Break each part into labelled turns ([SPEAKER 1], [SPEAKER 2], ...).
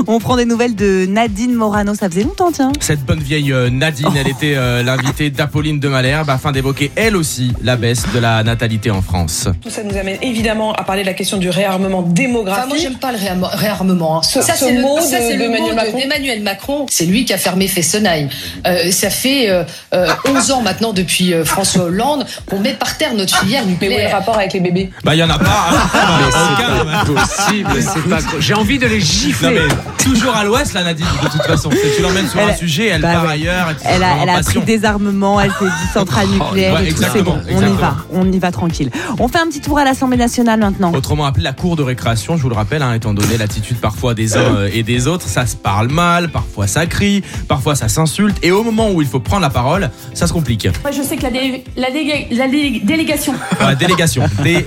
[SPEAKER 1] On prend des nouvelles de Nadine Morano, ça faisait longtemps, tiens.
[SPEAKER 2] Cette bonne vieille euh, Nadine,
[SPEAKER 1] Oh.
[SPEAKER 2] elle était euh, l'invitée d'Apolline de Malherbe afin d'évoquer elle aussi la baisse de la natalité en France.
[SPEAKER 3] Tout ça nous amène évidemment à parler de la question du réarmement
[SPEAKER 4] Enfin, moi,
[SPEAKER 3] démographique.
[SPEAKER 4] j'aime pas le réarme- réarmement. hein. Ce,
[SPEAKER 3] Ça,
[SPEAKER 4] ce
[SPEAKER 3] c'est le-
[SPEAKER 4] mot
[SPEAKER 3] ça,
[SPEAKER 4] de-
[SPEAKER 3] c'est le
[SPEAKER 4] de
[SPEAKER 3] mot de-
[SPEAKER 4] Emmanuel Macron. d'Emmanuel Macron, c'est lui qui a fermé Fessenheim. Euh, ça fait euh, euh, 11 ans maintenant depuis euh, François Hollande qu'on met par terre notre filière
[SPEAKER 3] mais où est le
[SPEAKER 4] nucléaire.
[SPEAKER 3] rapport avec les bébés
[SPEAKER 2] Bah, il y en a pas. hein. Aucun, hein.
[SPEAKER 5] Possible, c'est pas. J'ai envie de les
[SPEAKER 2] Non,
[SPEAKER 5] gifler.
[SPEAKER 2] mais toujours à l'ouest, la Nadine, de toute façon. C'est- Tu l'emmènes sur
[SPEAKER 1] Elle
[SPEAKER 2] un
[SPEAKER 1] a-
[SPEAKER 2] sujet, elle
[SPEAKER 1] bah
[SPEAKER 2] part
[SPEAKER 1] ouais.
[SPEAKER 2] ailleurs. et tu-
[SPEAKER 1] Elle
[SPEAKER 2] en
[SPEAKER 1] a, elle a pris
[SPEAKER 2] Ah, passion. Oh,
[SPEAKER 1] des armements, elle s'est dit centrale nucléaire.
[SPEAKER 2] ouais,
[SPEAKER 1] et tout, c'est bon,
[SPEAKER 2] exactement,
[SPEAKER 1] on y
[SPEAKER 2] exactement.
[SPEAKER 1] va, on y va tranquille. On fait un petit tour à l'Assemblée nationale maintenant.
[SPEAKER 2] Autrement appelée la cour de récréation, je vous le rappelle, hein, étant donné l'attitude parfois des uns euh, et des autres, ça se parle mal, parfois ça crie, parfois ça s'insulte, et au moment où il faut prendre la parole, ça se complique.
[SPEAKER 6] Moi, je sais que la, dé- la, dé- la dé- délégation
[SPEAKER 2] Voilà, délégation,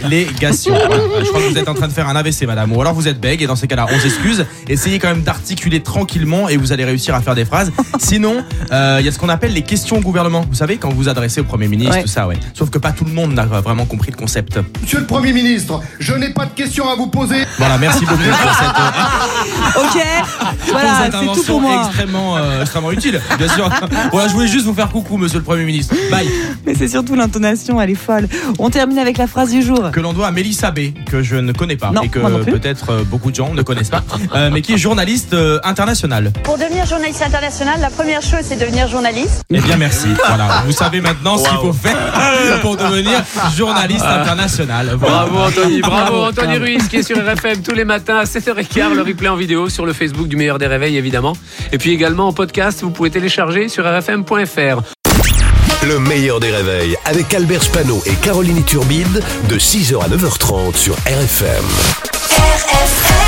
[SPEAKER 2] délégation. Voilà, je crois que vous êtes en train de faire un AVC, madame, ou alors vous êtes bègue, et dans ces cas-là, on s'excuse. Essayez quand même d'articuler tranquillement, et vous allez réussir à faire des phrases. Sinon, euh, il y a ce qu'on appelle les questions au gouvernement. Vous savez, quand vous vous adressez au Premier ministre,
[SPEAKER 1] Ouais.
[SPEAKER 2] tout ça, ouais. Sauf que pas tout le monde n'a vraiment compris le concept.
[SPEAKER 7] Monsieur le Premier ministre, je n'ai pas de questions à vous poser.
[SPEAKER 2] Voilà, merci beaucoup pour cette. euh,
[SPEAKER 1] Ok,
[SPEAKER 2] pour
[SPEAKER 1] voilà,
[SPEAKER 2] cette
[SPEAKER 1] c'est tout
[SPEAKER 2] invention
[SPEAKER 1] pour moi.
[SPEAKER 2] extrêmement, euh, extrêmement utile, bien sûr. voilà, je voulais juste vous faire coucou, monsieur le Premier ministre. Bye.
[SPEAKER 1] Mais c'est surtout l'intonation, elle est folle. On termine avec la phrase du jour.
[SPEAKER 2] Que l'on doit à Mélissa B, que je ne connais pas
[SPEAKER 1] Non,
[SPEAKER 2] et que
[SPEAKER 1] moi non plus.
[SPEAKER 2] peut-être euh, beaucoup de gens ne connaissent pas, euh, mais qui est journaliste euh, international.
[SPEAKER 8] Pour devenir journaliste international, la première chose, c'est devenir journaliste.
[SPEAKER 2] Eh bien, merci. Voilà, vous savez maintenant ce qu'il faut faire pour devenir journaliste international. Voilà.
[SPEAKER 5] Bravo Anthony, bravo
[SPEAKER 2] Bravo.
[SPEAKER 5] Anthony Ruiz qui est sur RFM tous les matins à 7h15, le replay en vidéo sur le Facebook du meilleur des réveils évidemment. Et puis également en podcast, vous pouvez télécharger sur rfm.fr.
[SPEAKER 9] Le meilleur des réveils avec Albert Spano et Caroline Turbide de 6h à 9h30 sur RFM.
[SPEAKER 10] RFM